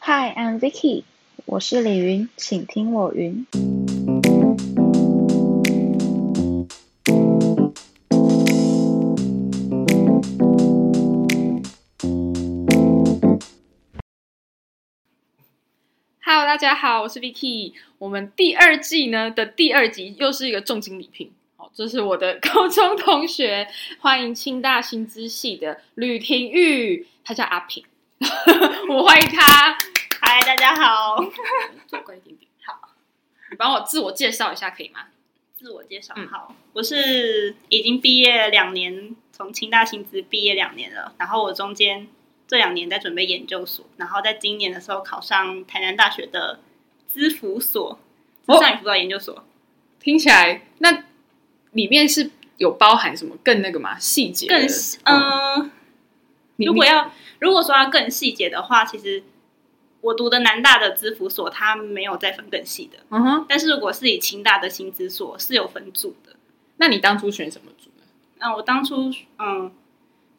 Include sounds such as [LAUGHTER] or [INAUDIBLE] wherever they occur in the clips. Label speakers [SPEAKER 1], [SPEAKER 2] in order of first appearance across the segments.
[SPEAKER 1] Hi, I'm Vicky，我是李云，请听我云。
[SPEAKER 2] Hello，大家好，我是 Vicky。我们第二季呢的第二集又是一个重金礼聘，哦，这是我的高中同学， [LAUGHS] 欢迎清大新资系的吕廷玉，他叫阿平， [LAUGHS] 我欢迎他。
[SPEAKER 3] 嗨，大家 [LAUGHS] 好，
[SPEAKER 2] 坐过一点点，好，你帮我自我介绍一下可以吗？
[SPEAKER 3] 自我介绍
[SPEAKER 2] 嗯
[SPEAKER 3] 好，我是已经毕业两年，从清大薪资毕业两年了，然后我中间这两年在准备研究所，然后在今年的时候考上台南大学的资辅所，
[SPEAKER 2] 哦
[SPEAKER 3] 资善与辅导研究所。
[SPEAKER 2] 听起来那里面是有包含什么更那个吗？细节的
[SPEAKER 3] 更
[SPEAKER 2] 嗯，
[SPEAKER 3] 嗯，
[SPEAKER 2] 你
[SPEAKER 3] 如果
[SPEAKER 2] 你
[SPEAKER 3] 要如果说要更细节的话，其实我读的南大的资辅所它没有再分更细的，
[SPEAKER 2] 嗯哼，
[SPEAKER 3] 但是如果是以清大的薪资所是有分组的。
[SPEAKER 2] 那你当初选什么组呢？
[SPEAKER 3] 那我当初嗯，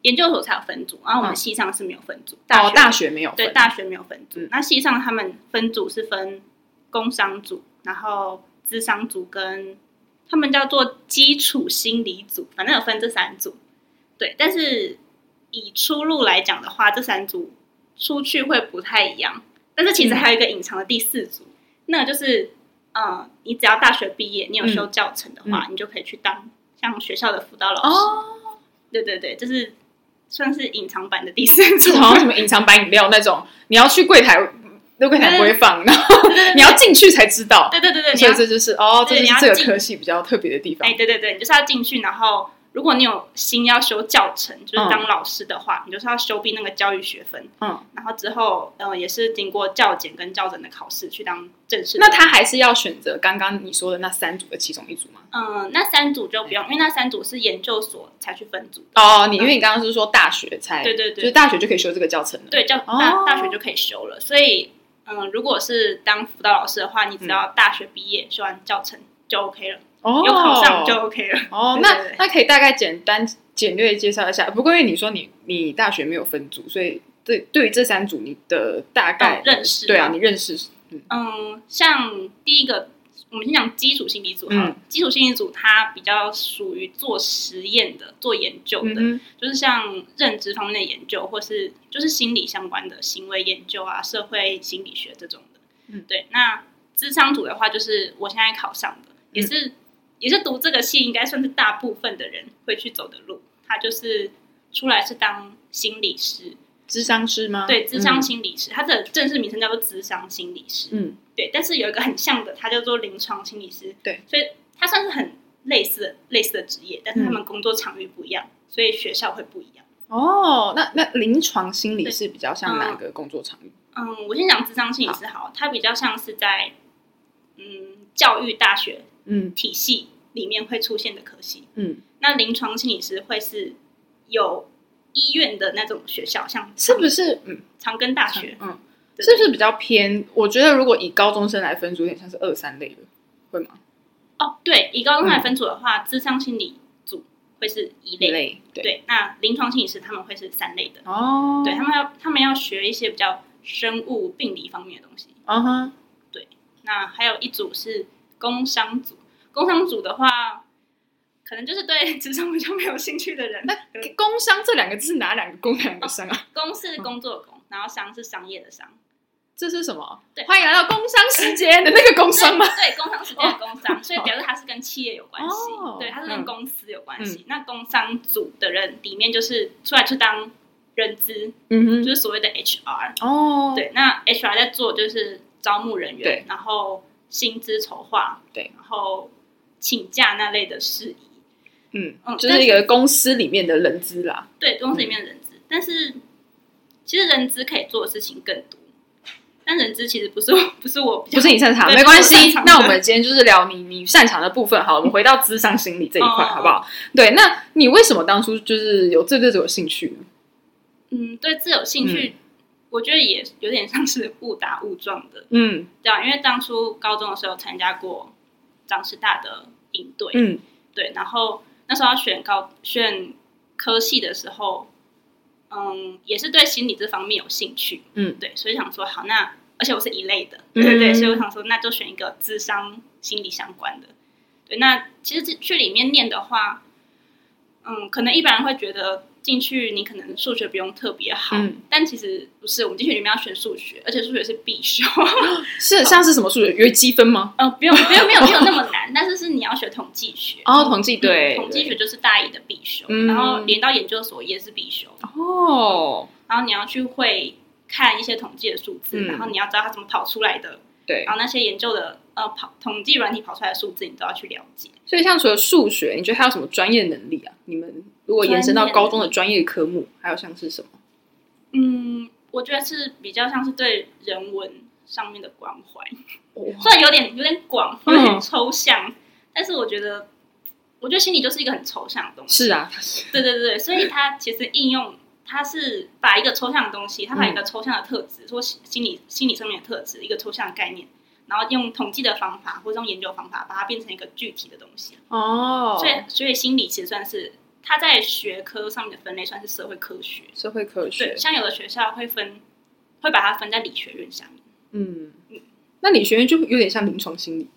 [SPEAKER 3] 研究所才有分组，然后我
[SPEAKER 2] 嗯
[SPEAKER 3] 们系上是没有分组。
[SPEAKER 2] 哦，大学没有分
[SPEAKER 3] 对大学没有分组
[SPEAKER 2] 嗯，
[SPEAKER 3] 那系上他们分组是分工商组，然后智商组跟他们叫做基础心理组，反正有分这三组。对，但是以出路来讲的话，这三组出去会不太一样。但是其
[SPEAKER 2] 嗯
[SPEAKER 3] 实还有一个隐藏的第四组，那就是呃，你只要大学毕业，
[SPEAKER 2] 嗯
[SPEAKER 3] 你有修教程的话，你就可以去当像学校的辅导老师。
[SPEAKER 2] 哦，
[SPEAKER 3] 对对对，就是算是隐藏版的第四组
[SPEAKER 2] 是。好像什么隐藏版饮料那种，你要去柜台，那柜台不会放，然后你要进去才知道。
[SPEAKER 3] [LAUGHS] 对对对对，你
[SPEAKER 2] 所
[SPEAKER 3] 要
[SPEAKER 2] 以这就是哦，这
[SPEAKER 3] 对
[SPEAKER 2] 就
[SPEAKER 3] 你
[SPEAKER 2] 是
[SPEAKER 3] 要
[SPEAKER 2] 这个
[SPEAKER 3] 进
[SPEAKER 2] 科系比较特别的地方
[SPEAKER 3] 哎，。对对对，你就是要进去，然后如果你有心要修教程，就是当老师的话，你就是要修毕那个教育学分，
[SPEAKER 2] 嗯，
[SPEAKER 3] 然后之后呃也是经过教检跟教整的考试去当正式的。
[SPEAKER 2] 那他还是要选择刚刚你说的那三组的其中一组吗？
[SPEAKER 3] 嗯、那三组就不用，因为那三组是研究所才去分组的，
[SPEAKER 2] 哦，你因为你刚刚是说大学才，
[SPEAKER 3] 嗯对对对
[SPEAKER 2] 就是大学就可以修这个教程了。，
[SPEAKER 3] 对，教大、
[SPEAKER 2] 哦
[SPEAKER 3] 大学就可以修了，所以。嗯，如果是当辅导老师的话，你只要大学毕业、修完教程就 OK 了，
[SPEAKER 2] 嗯哦，
[SPEAKER 3] 有考上就 OK 了。
[SPEAKER 2] 哦，
[SPEAKER 3] 对
[SPEAKER 2] 那
[SPEAKER 3] 对对
[SPEAKER 2] 那可以大概简单简略介绍一下。不过因为你说你你大学没有分组，所以对对于这三组你的大概
[SPEAKER 3] 哦认识
[SPEAKER 2] 对啊，
[SPEAKER 3] 吗
[SPEAKER 2] 你认识
[SPEAKER 3] 嗯，像第一个，我们先讲基础心理组好了。
[SPEAKER 2] 嗯
[SPEAKER 3] 基础心理组它比较属于做实验的、做研究的，
[SPEAKER 2] 嗯哼
[SPEAKER 3] 就是像认知方面的研究，或是就是心理相关的行为研究啊、社会心理学这种的。
[SPEAKER 2] 嗯
[SPEAKER 3] 对。那智商组的话，就是我现在考上的，也
[SPEAKER 2] 嗯
[SPEAKER 3] 是、也是读这个系，应该算是大部分的人会去走的路。他就是出来是当心理师，
[SPEAKER 2] 智商师吗？
[SPEAKER 3] 对，智商
[SPEAKER 2] 嗯
[SPEAKER 3] 心理师，他的正式名称叫做智商心理师。
[SPEAKER 2] 嗯，
[SPEAKER 3] 对，但是有一个很像的，它叫做临床心理师。
[SPEAKER 2] 对，
[SPEAKER 3] 所以它算是很类似的类似的职业，但是
[SPEAKER 2] 嗯
[SPEAKER 3] 他们工作场域不一样，所以学校会不一样。
[SPEAKER 2] 哦，那那临床心理
[SPEAKER 3] 对
[SPEAKER 2] 是比较像哪个工作场域？
[SPEAKER 3] 嗯，我先讲智商心理师好，它比较像是在嗯教育大学
[SPEAKER 2] 嗯
[SPEAKER 3] 体系里面会出现的科系。
[SPEAKER 2] 嗯，
[SPEAKER 3] 那临床心理师会是有医院的那种学校，像
[SPEAKER 2] 是不是？嗯，
[SPEAKER 3] 长庚大学？
[SPEAKER 2] 嗯，
[SPEAKER 3] 对
[SPEAKER 2] 是不是比较偏？我觉得如果以高中生来分组，有点像是二三类的，会吗？
[SPEAKER 3] 哦，对，以高中
[SPEAKER 2] 嗯
[SPEAKER 3] 来分组的话，智商心理组会是一类，
[SPEAKER 2] 类对
[SPEAKER 3] 对，那临床心理师他们会是三类的。
[SPEAKER 2] 哦，
[SPEAKER 3] 对他们要他们要学一些比较生物病理方面的东西。
[SPEAKER 2] 嗯哼，
[SPEAKER 3] 那还有一组是工商组，工商组的话，可能就是对职场比较没有兴趣的人。
[SPEAKER 2] 那
[SPEAKER 3] 可能
[SPEAKER 2] 工商这两个字是哪两个工哪两个商啊？
[SPEAKER 3] 工是工作的工，然后商是商业的商。
[SPEAKER 2] 这是什么？
[SPEAKER 3] 对
[SPEAKER 2] 欢迎来到工商时间的那个工商吗？
[SPEAKER 3] 对，工商时间的工商，所以表示它是跟企业有关系，
[SPEAKER 2] 哦
[SPEAKER 3] 对，它是
[SPEAKER 2] 嗯
[SPEAKER 3] 跟公司有关系。那工商组的人里面就是出来去当人资，
[SPEAKER 2] 嗯
[SPEAKER 3] 就
[SPEAKER 2] 哼，
[SPEAKER 3] 是所谓的 HR。
[SPEAKER 2] 哦，，
[SPEAKER 3] 对，那 HR 在做就是招募人
[SPEAKER 2] 对
[SPEAKER 3] 员，然后薪资筹划，
[SPEAKER 2] 对，
[SPEAKER 3] 然后请假那类的事宜，
[SPEAKER 2] 嗯，
[SPEAKER 3] 嗯，
[SPEAKER 2] 就
[SPEAKER 3] 但
[SPEAKER 2] 是一个嗯公司里面的人资啦。
[SPEAKER 3] 对公司里面的人资，但是其实人资可以做的事情更多，但人资其实不是我 [LAUGHS] 不是我比较
[SPEAKER 2] [LAUGHS] 不是你擅长，
[SPEAKER 3] 对
[SPEAKER 2] 没关
[SPEAKER 3] 不是
[SPEAKER 2] 系
[SPEAKER 3] 我擅。长的
[SPEAKER 2] 那我们今天就是聊你你擅长的部分，好，我们回
[SPEAKER 3] [LAUGHS]
[SPEAKER 2] 到智商心理这一块，
[SPEAKER 3] 哦
[SPEAKER 2] 好不好？对，那你为什么当初就是有这对这有兴趣呢？
[SPEAKER 3] 嗯对自有兴趣，我觉得也有点像是误打误撞的，
[SPEAKER 2] 嗯
[SPEAKER 3] 对啊，因为当初高中的时候参加过张师大的营队，
[SPEAKER 2] 嗯
[SPEAKER 3] 对，然后那时候要选高选科系的时候，嗯、嗯，也是对心理这方面有兴趣，
[SPEAKER 2] 嗯
[SPEAKER 3] 对，所以想说好，那而且我是一类的，对对对，
[SPEAKER 2] 嗯
[SPEAKER 3] 所以我想说那就选一个智商心理相关的，对，那其实这去里面念的话，嗯，可能一般人会觉得进去你可能数学不用特别好，
[SPEAKER 2] 嗯
[SPEAKER 3] 但其实不是，我们进去里面要选数学，而且数学是必修，
[SPEAKER 2] 是像是什么数学？有积分吗？
[SPEAKER 3] 呃，不用不用没有没有那么难，但是是你要学统计学，
[SPEAKER 2] 哦，统计对，
[SPEAKER 3] 嗯统计
[SPEAKER 2] 对
[SPEAKER 3] 学就是大一的必修，
[SPEAKER 2] 嗯
[SPEAKER 3] 然后连到研究所也是必修，
[SPEAKER 2] 哦，
[SPEAKER 3] 然后你要去会看一些统计的数字，
[SPEAKER 2] 嗯
[SPEAKER 3] 然后你要知道它怎么跑出来的，
[SPEAKER 2] 哦对
[SPEAKER 3] 然，后那些研究的呃跑统计软体跑出来的数字，你都要去了解。
[SPEAKER 2] 所以像除了数学，你觉得还有什么专业能力啊？你们如果延伸到高中的专业科目，还有像是什么？
[SPEAKER 3] 嗯，我觉得是比较像是对人文上面的关怀，
[SPEAKER 2] 哇，
[SPEAKER 3] 虽然有点有点广，有
[SPEAKER 2] 嗯
[SPEAKER 3] 点抽象，但是我觉得，我觉得心理就是一个很抽象的东西。
[SPEAKER 2] 是啊，
[SPEAKER 3] 对对对，所以它其实应用，它是把一个抽象的东西，它把一个
[SPEAKER 2] 嗯
[SPEAKER 3] 抽象的特质，说心心理心理上面的特质，一个抽象的概念，然后用统计的方法或者用研究方法，把它变成一个具体的东西。
[SPEAKER 2] 哦，
[SPEAKER 3] 所以，所以心理其实算是它在学科上面的分类，算是社会科学。
[SPEAKER 2] 社会科
[SPEAKER 3] 对，
[SPEAKER 2] 学，
[SPEAKER 3] 像有的学校会分，会把它分在理学院下面。
[SPEAKER 2] 嗯，那理学院就有点像临床心理，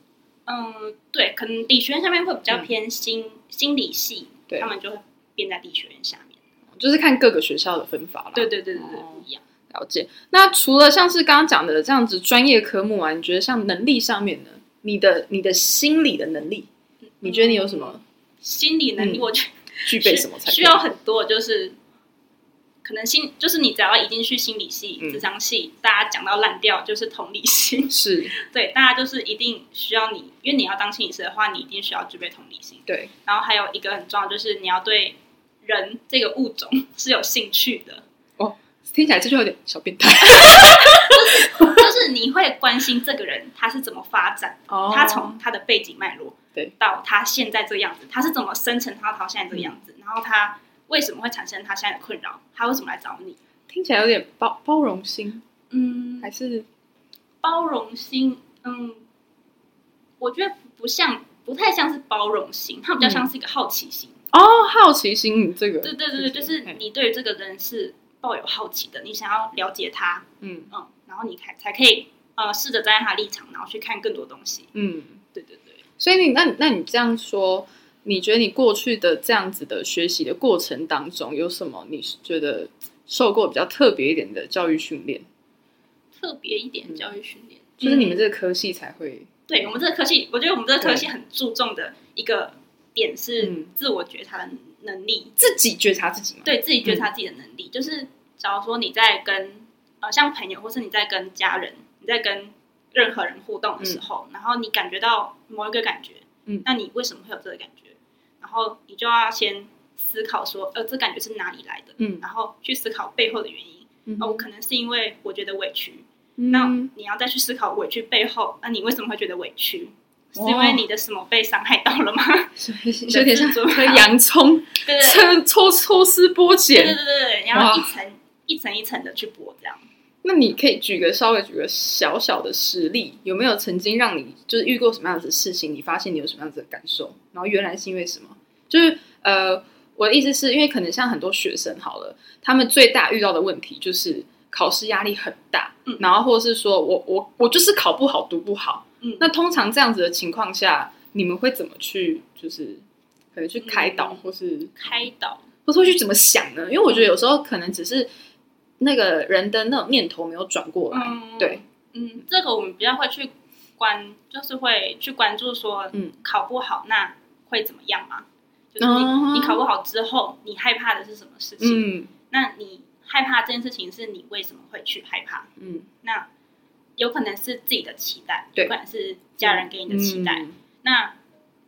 [SPEAKER 3] 嗯，对，可能理学院下面会比较偏心、心理系，
[SPEAKER 2] 嗯对
[SPEAKER 3] 他们就会变在理学院下面。
[SPEAKER 2] 就是看各个学校的分法啦。
[SPEAKER 3] 对对对对对，
[SPEAKER 2] 哦
[SPEAKER 3] 不一样。
[SPEAKER 2] 了解。那除了像是刚刚讲的这样子专业科目啊，你觉得像能力上面呢？你的你的心理的能力，你觉得你有什么
[SPEAKER 3] 心理能力？
[SPEAKER 2] 嗯
[SPEAKER 3] 我觉得
[SPEAKER 2] [LAUGHS] 具备什么才可以
[SPEAKER 3] 嗯需要很多，就是可能心，就是你只要一进去心理系、
[SPEAKER 2] 嗯
[SPEAKER 3] 智商系，大家讲到烂掉就是同理心， [LAUGHS]
[SPEAKER 2] 是
[SPEAKER 3] 对，大家就是一定需要你，因为你要当心理师的话，你一定需要具备同理心。
[SPEAKER 2] 对
[SPEAKER 3] 然后还有一个很重要，就是你要对人这个物种 [LAUGHS] 是有兴趣的，
[SPEAKER 2] 听起来这就有点小变态
[SPEAKER 3] 就是你会关心这个人他是怎么发展，
[SPEAKER 2] 哦
[SPEAKER 3] 他从他的背景脉络，
[SPEAKER 2] 对，
[SPEAKER 3] 到他现在这个样子，他是怎么生成他到现在这个样子，然后他为什么会产生他现在的困扰，他为什么来找你？
[SPEAKER 2] 听起来有点包包容心，
[SPEAKER 3] 嗯
[SPEAKER 2] 还是
[SPEAKER 3] 包容心，嗯，我觉得不像，不太像是包容心，它比较像是一个好奇心。
[SPEAKER 2] 哦好奇心？你这个
[SPEAKER 3] 对对对对，嗯就是
[SPEAKER 2] 嗯
[SPEAKER 3] 你对于这个人是抱有好奇的，你想要了解他，
[SPEAKER 2] 嗯
[SPEAKER 3] 嗯，然后你才才可以呃试着站在他的立场，然后去看更多东西。
[SPEAKER 2] 嗯，
[SPEAKER 3] 对对对，
[SPEAKER 2] 所以你那那你这样说，你觉得你过去的这样子的学习的过程当中，有什么你觉得受过比较特别一点的教育训练？
[SPEAKER 3] 特别一点
[SPEAKER 2] 嗯
[SPEAKER 3] 教育训练，
[SPEAKER 2] 就是你们
[SPEAKER 3] 这、
[SPEAKER 2] 这个科系才会
[SPEAKER 3] 对我们这个科系，我觉得我们这个科系很注重的一个点是
[SPEAKER 2] 嗯
[SPEAKER 3] 自我觉察的能力。
[SPEAKER 2] 自己觉察自己嘛？
[SPEAKER 3] 对自己觉
[SPEAKER 2] 嗯
[SPEAKER 3] 察自己的能力，就是假如说你在跟呃像朋友，或是你在跟家人，你在跟任何人互动的时候，然后你感觉到某一个感觉，
[SPEAKER 2] 嗯
[SPEAKER 3] 那你为什么会有这个感觉？然后你就要先思考说，呃，这感觉是哪里来的？
[SPEAKER 2] 嗯
[SPEAKER 3] 然后去思考背后的原因。
[SPEAKER 2] 嗯
[SPEAKER 3] 哦，可能是因为我觉得委屈，
[SPEAKER 2] 嗯
[SPEAKER 3] 那你要再去思考委屈背后，那、你为什么会觉得委屈？是因
[SPEAKER 2] 哇
[SPEAKER 3] 为你的什么被伤害到
[SPEAKER 2] [LAUGHS]
[SPEAKER 3] 了吗？ [LAUGHS]
[SPEAKER 2] 有点像洋葱，
[SPEAKER 3] 对对
[SPEAKER 2] 抽
[SPEAKER 3] 对，
[SPEAKER 2] [LAUGHS] 抽抽丝剥
[SPEAKER 3] 对对
[SPEAKER 2] 茧。
[SPEAKER 3] 对对，然后
[SPEAKER 2] 哇
[SPEAKER 3] 一层一层一层的去剥，这样。
[SPEAKER 2] 那你可以举个稍微举个小小的实例，有没有曾经让你就是遇过什么样子的事情？你发现你有什么样子的感受？然后原来是因为什么？就是呃，我的意思是因为可能像很多学生好了，他们最大遇到的问题就是考试压力很大，
[SPEAKER 3] 嗯
[SPEAKER 2] 然后或者是说我我我就是考不好，读不好。
[SPEAKER 3] 嗯
[SPEAKER 2] 那通常这样子的情况下，你们会怎么去就是可能去开导，
[SPEAKER 3] 嗯
[SPEAKER 2] 或是
[SPEAKER 3] 开导，
[SPEAKER 2] 或是会去怎么想呢？因为我觉得有时候可能只是那个人的那种念头没有转过来，
[SPEAKER 3] 嗯，
[SPEAKER 2] 对，
[SPEAKER 3] 嗯，这个我们比较会去关，就是会去关注说，
[SPEAKER 2] 嗯，
[SPEAKER 3] 考不好那会怎么样嘛？就是你、
[SPEAKER 2] 嗯
[SPEAKER 3] 你考不好之后，你害怕的是什么事情？
[SPEAKER 2] 嗯
[SPEAKER 3] 那你害怕这件事情是你为什么会去害怕？
[SPEAKER 2] 嗯，
[SPEAKER 3] 那有可能是自己的期待，
[SPEAKER 2] 对
[SPEAKER 3] 有可能是家人给你的期待，
[SPEAKER 2] 嗯，
[SPEAKER 3] 那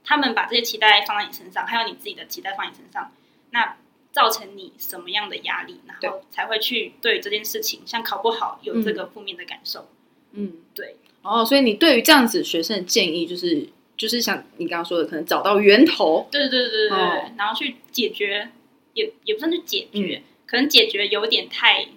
[SPEAKER 3] 他们把这些期待放在你身上，还有你自己的期待放在你身上，那造成你什么样的压力，然后才会去对于这件事情，像考不好有这个负面的感受。
[SPEAKER 2] 嗯，
[SPEAKER 3] 对，
[SPEAKER 2] 哦，所以你对于这样子学生的建议就是，就是像你刚刚说的，可能找到源头，
[SPEAKER 3] 对对对对对对，
[SPEAKER 2] 哦嗯
[SPEAKER 3] 然后去解决，也也不算去解决，可能解决有点太，我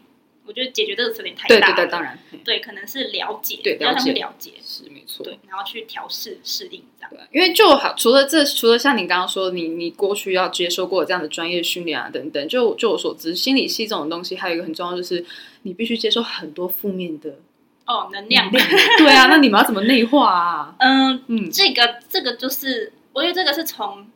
[SPEAKER 3] 我觉得解决这个词有点太
[SPEAKER 2] 对
[SPEAKER 3] 大
[SPEAKER 2] 对
[SPEAKER 3] 了。
[SPEAKER 2] 对，当然，嗯嘿
[SPEAKER 3] 对可能是了解，
[SPEAKER 2] 对
[SPEAKER 3] 要他们
[SPEAKER 2] 了解
[SPEAKER 3] 了解，
[SPEAKER 2] 是没错。
[SPEAKER 3] 对，然后去调试适应这样。
[SPEAKER 2] 对，啊因为就好，除了这，除了像你刚刚说，你你过去要接受过这样的专业训练啊，等等。就就我所知，心理系这种东西，还有一个很重要，就是你必须接受很多负面的
[SPEAKER 3] 哦，能量。
[SPEAKER 2] 对啊，那你们要怎么内化啊？
[SPEAKER 3] 嗯，
[SPEAKER 2] 嗯，
[SPEAKER 3] 这个这个就是，我觉得这个是从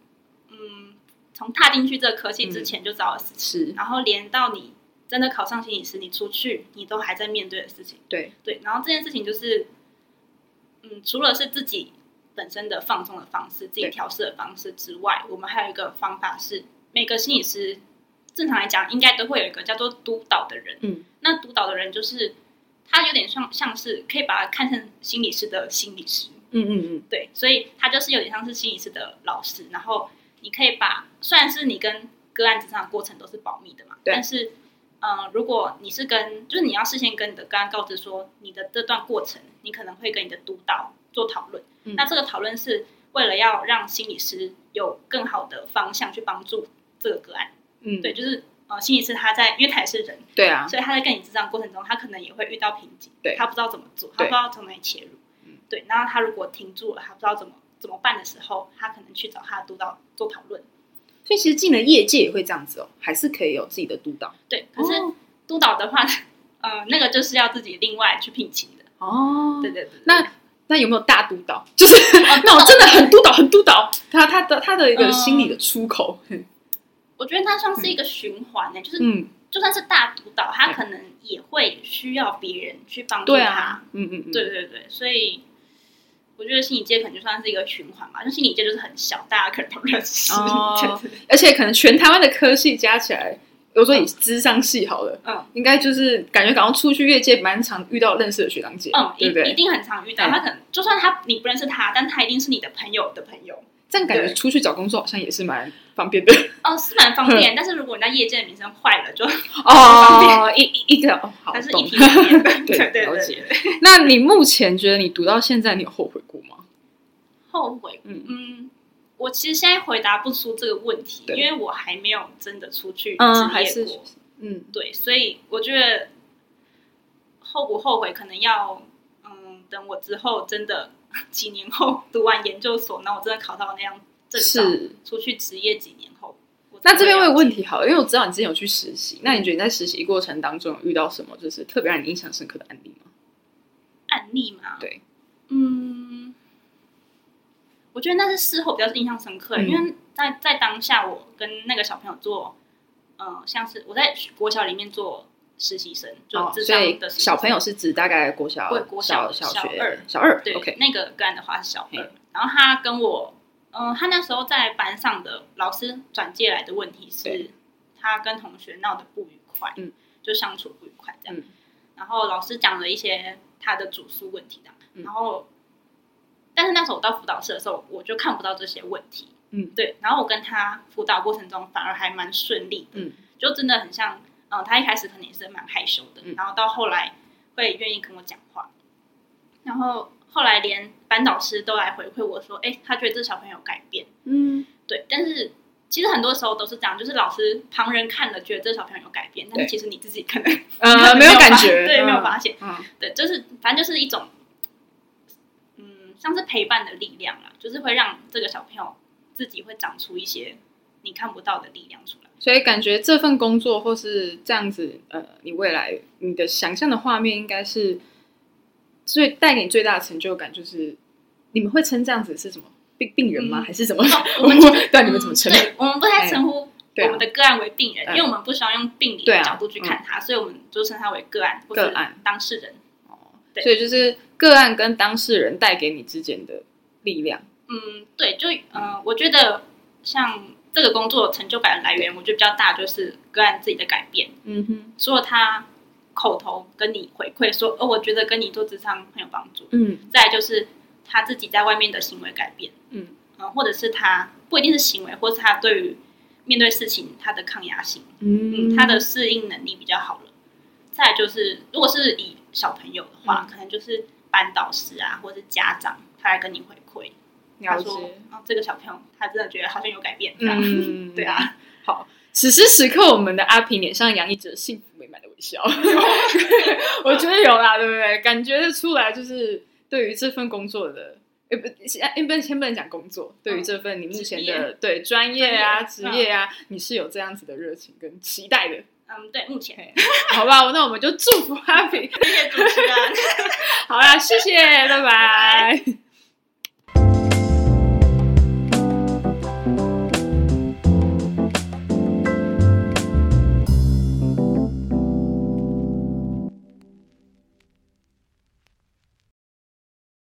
[SPEAKER 3] 嗯从踏进去这个科系之前就知道的事情，
[SPEAKER 2] 是，
[SPEAKER 3] 然后连到你真的考上心理师，你出去你都还在面对的事情。
[SPEAKER 2] 对，
[SPEAKER 3] 对，然后这件事情就是，嗯，除了是自己本身的放松的方式、自己
[SPEAKER 2] 对
[SPEAKER 3] 调试的方式之外，我们还有一个方法是，每个心理师正常来讲应该都会有一个叫做督导的人。
[SPEAKER 2] 嗯，
[SPEAKER 3] 那督导的人就是他有点像像是可以把他看成心理师的心理师，
[SPEAKER 2] 嗯嗯嗯，
[SPEAKER 3] 对，所以他就是有点像是心理师的老师，然后你可以把虽然是你跟个案之上的过程都是保密的嘛，
[SPEAKER 2] 对
[SPEAKER 3] 但是呃，如果你是跟就是你要事先跟你的个案告知说你的这段过程，你可能会跟你的督导做讨论，
[SPEAKER 2] 嗯
[SPEAKER 3] 那这个讨论是为了要让心理师有更好的方向去帮助这个个案，
[SPEAKER 2] 嗯，
[SPEAKER 3] 对，就是呃，心理师他在因为他也是人，
[SPEAKER 2] 对啊，
[SPEAKER 3] 所以他在跟你智障过程中，他可能也会遇到瓶颈，
[SPEAKER 2] 对
[SPEAKER 3] 他不知道怎么做，他不
[SPEAKER 2] 对嗯
[SPEAKER 3] 知道从哪里切入，对，然后他如果停住了，他不知道怎么怎么办的时候，他可能去找他的督导做讨论，
[SPEAKER 2] 所以其实进了业界也会这样子哦，还是可以有自己的督导。
[SPEAKER 3] 对，可是督导的话，呃，那个就是要自己另外去聘请的，
[SPEAKER 2] 哦，
[SPEAKER 3] 对对对，
[SPEAKER 2] 那那有没有大督导？就是
[SPEAKER 3] 哦
[SPEAKER 2] 那我真的很督导，很督导。他他的他的
[SPEAKER 3] 嗯
[SPEAKER 2] 一个心理的出口，
[SPEAKER 3] 我觉得它像是一个循环呢、就是
[SPEAKER 2] 嗯，
[SPEAKER 3] 就算是大督导，他
[SPEAKER 2] 对
[SPEAKER 3] 可能也会需要别人去帮助
[SPEAKER 2] 对
[SPEAKER 3] 他
[SPEAKER 2] 啊，，嗯嗯嗯，
[SPEAKER 3] 对对对，所以。我觉得心理界可能就算是一个循环吧，就心理界就是很小，大家可能都认
[SPEAKER 2] [LAUGHS]
[SPEAKER 3] 识。
[SPEAKER 2] 哦
[SPEAKER 3] 对对对
[SPEAKER 2] 而且可能全台湾的科系加起来，我说以智商系好了，
[SPEAKER 3] 嗯，
[SPEAKER 2] 应该就是感觉好像出去业界蛮常遇到认识的学长姐，
[SPEAKER 3] 嗯，一
[SPEAKER 2] 对不对
[SPEAKER 3] 一定很常遇到。
[SPEAKER 2] 嗯
[SPEAKER 3] 他可能就算他你不认识他，但他一定是你的朋友的朋友。
[SPEAKER 2] 这样感觉
[SPEAKER 3] 对
[SPEAKER 2] 出去找工作好像也是蛮方便的
[SPEAKER 3] 哦，是蛮方
[SPEAKER 2] 嗯
[SPEAKER 3] 便，但是如果你在业界的名声坏了，就
[SPEAKER 2] [LAUGHS] 哦，一一一个哦，好
[SPEAKER 3] 它是
[SPEAKER 2] 懂
[SPEAKER 3] 一
[SPEAKER 2] [LAUGHS]
[SPEAKER 3] 体两面的。 [LAUGHS]
[SPEAKER 2] 对
[SPEAKER 3] 对对
[SPEAKER 2] 了
[SPEAKER 3] 对
[SPEAKER 2] 解
[SPEAKER 3] 对，
[SPEAKER 2] 那你目前觉得你读到现在，你有后悔过吗？
[SPEAKER 3] 后悔。
[SPEAKER 2] 嗯
[SPEAKER 3] 嗯，我其实现在回答不出这个问题，
[SPEAKER 2] 对
[SPEAKER 3] 因为我还没有真的出去
[SPEAKER 2] 嗯
[SPEAKER 3] 职
[SPEAKER 2] 还
[SPEAKER 3] 业
[SPEAKER 2] 是
[SPEAKER 3] 过。
[SPEAKER 2] 嗯，
[SPEAKER 3] 对，所以我觉得后不后悔，可能要嗯，等我之后真的几年后读完研究所，那我真的考到那样证照，
[SPEAKER 2] 是。
[SPEAKER 3] 出去职业几年后。我才
[SPEAKER 2] 那这边
[SPEAKER 3] 会
[SPEAKER 2] 我
[SPEAKER 3] 了
[SPEAKER 2] 有
[SPEAKER 3] 解
[SPEAKER 2] 问题好了，因为我知道你之前有去实习，那你觉得你在实习过程当中有遇到什么就是特别让你印象深刻的案例吗？
[SPEAKER 3] 案例嘛，
[SPEAKER 2] 对，
[SPEAKER 3] 嗯，我觉得那是事后比较印象深刻，
[SPEAKER 2] 嗯
[SPEAKER 3] 因为在在当下，我跟那个小朋友做，嗯、像是我在国小里面做实习生，就
[SPEAKER 2] 哦，
[SPEAKER 3] 智
[SPEAKER 2] 所以
[SPEAKER 3] 商的实习生、
[SPEAKER 2] 小朋友是指大概国小
[SPEAKER 3] 对、国
[SPEAKER 2] 小、
[SPEAKER 3] 小
[SPEAKER 2] 小
[SPEAKER 3] 小
[SPEAKER 2] 学
[SPEAKER 3] 二
[SPEAKER 2] 小二
[SPEAKER 3] 对
[SPEAKER 2] ，OK，嗯
[SPEAKER 3] 那个个案的话是小二
[SPEAKER 2] 嘿，
[SPEAKER 3] 然后他跟我，嗯、他那时候在班上的老师转介来的问题是
[SPEAKER 2] 对，
[SPEAKER 3] 他跟同学闹得不愉快，
[SPEAKER 2] 嗯，
[SPEAKER 3] 就相处不愉快这样，
[SPEAKER 2] 嗯
[SPEAKER 3] 然后老师讲了一些他的主诉问题这样，
[SPEAKER 2] 嗯
[SPEAKER 3] 然后，但是那时候我到辅导室的时候，我就看不到这些问题，
[SPEAKER 2] 嗯
[SPEAKER 3] 对，然后我跟他辅导过程中反而还蛮顺利的，
[SPEAKER 2] 嗯，
[SPEAKER 3] 就真的很像，嗯、他一开始可能也是蛮害羞的，
[SPEAKER 2] 嗯
[SPEAKER 3] 然后到后来会愿意跟我讲话，然后后来连班导师都来回馈我说，哎、他觉得这小朋友有改变，
[SPEAKER 2] 嗯，
[SPEAKER 3] 对，但是其实很多时候都是这样，就是老师旁人看了觉得这小朋友有改变，但
[SPEAKER 2] 对
[SPEAKER 3] 是其实你自己可能
[SPEAKER 2] 呃，没有
[SPEAKER 3] 发
[SPEAKER 2] 感觉，
[SPEAKER 3] 对， [LAUGHS] 没有
[SPEAKER 2] 嗯
[SPEAKER 3] 发现，
[SPEAKER 2] 嗯，
[SPEAKER 3] 对，就是反正就是一种，嗯，像是陪伴的力量啦，就是会让这个小朋友自己会长出一些你看不到的力量
[SPEAKER 2] [LAUGHS]
[SPEAKER 3] 出来。
[SPEAKER 2] 所以感觉这份工作或是这样子，呃，你未来你的想象的画面应该是最带给你最大的成就感，就是你们会称这样子是什么病病人吗？
[SPEAKER 3] 嗯
[SPEAKER 2] 还是
[SPEAKER 3] [LAUGHS]
[SPEAKER 2] 什么？
[SPEAKER 3] 我们其
[SPEAKER 2] 对，你们怎么称
[SPEAKER 3] 嗯？对，我们不太
[SPEAKER 2] 哎
[SPEAKER 3] 称呼
[SPEAKER 2] 对啊
[SPEAKER 3] 我们的个案为病人，
[SPEAKER 2] 嗯
[SPEAKER 3] 因为我们不喜欢用病理
[SPEAKER 2] 对
[SPEAKER 3] 的
[SPEAKER 2] 啊
[SPEAKER 3] 角度去看他，所以我们就称他为个案或
[SPEAKER 2] 个
[SPEAKER 3] 者
[SPEAKER 2] 案
[SPEAKER 3] 当事人。对
[SPEAKER 2] 所以就是个案跟当事人带给你之间的力量。
[SPEAKER 3] 嗯，对，就呃，我觉得像这个工作成就感的来源，我觉得比较大就是个案自己的改变，
[SPEAKER 2] 嗯哼，
[SPEAKER 3] 除了他口头跟你回馈说，哦，我觉得跟你做智商很有帮助，
[SPEAKER 2] 嗯
[SPEAKER 3] 再来就是他自己在外面的行为改变，
[SPEAKER 2] 嗯
[SPEAKER 3] 呃，或者是他不一定是行为，或是他对于面对事情他的抗压性。嗯，
[SPEAKER 2] 嗯
[SPEAKER 3] 他的适应能力比较好了。再来就是，如果是以小朋友的
[SPEAKER 2] 嗯
[SPEAKER 3] 话，可能就是班导师啊，或是家长，他来跟你回馈，他
[SPEAKER 2] 了
[SPEAKER 3] 说
[SPEAKER 2] 解。：“
[SPEAKER 3] 哦，这个小朋友他真的觉得好像有改变。”这样，
[SPEAKER 2] 嗯，
[SPEAKER 3] [LAUGHS] 对。啊，
[SPEAKER 2] 好，此时此刻，我们的阿平脸上洋溢着幸福美满的微笑。 [LAUGHS] 我觉得有啦，对不对？感觉得出来，就是对于这份工作的，呃，不，先不先不能讲工作，对于这份你目前
[SPEAKER 3] 嗯职
[SPEAKER 2] 的
[SPEAKER 3] 业
[SPEAKER 2] 对专业啊、职
[SPEAKER 3] 专业
[SPEAKER 2] 业啊，你是有这样子的热情跟期待的，
[SPEAKER 3] 嗯，对，目前
[SPEAKER 2] 嘿好吧？那我 [LAUGHS] 们就祝福 Happy。
[SPEAKER 3] 谢谢主持人。
[SPEAKER 2] 好啦，谢谢，拜拜。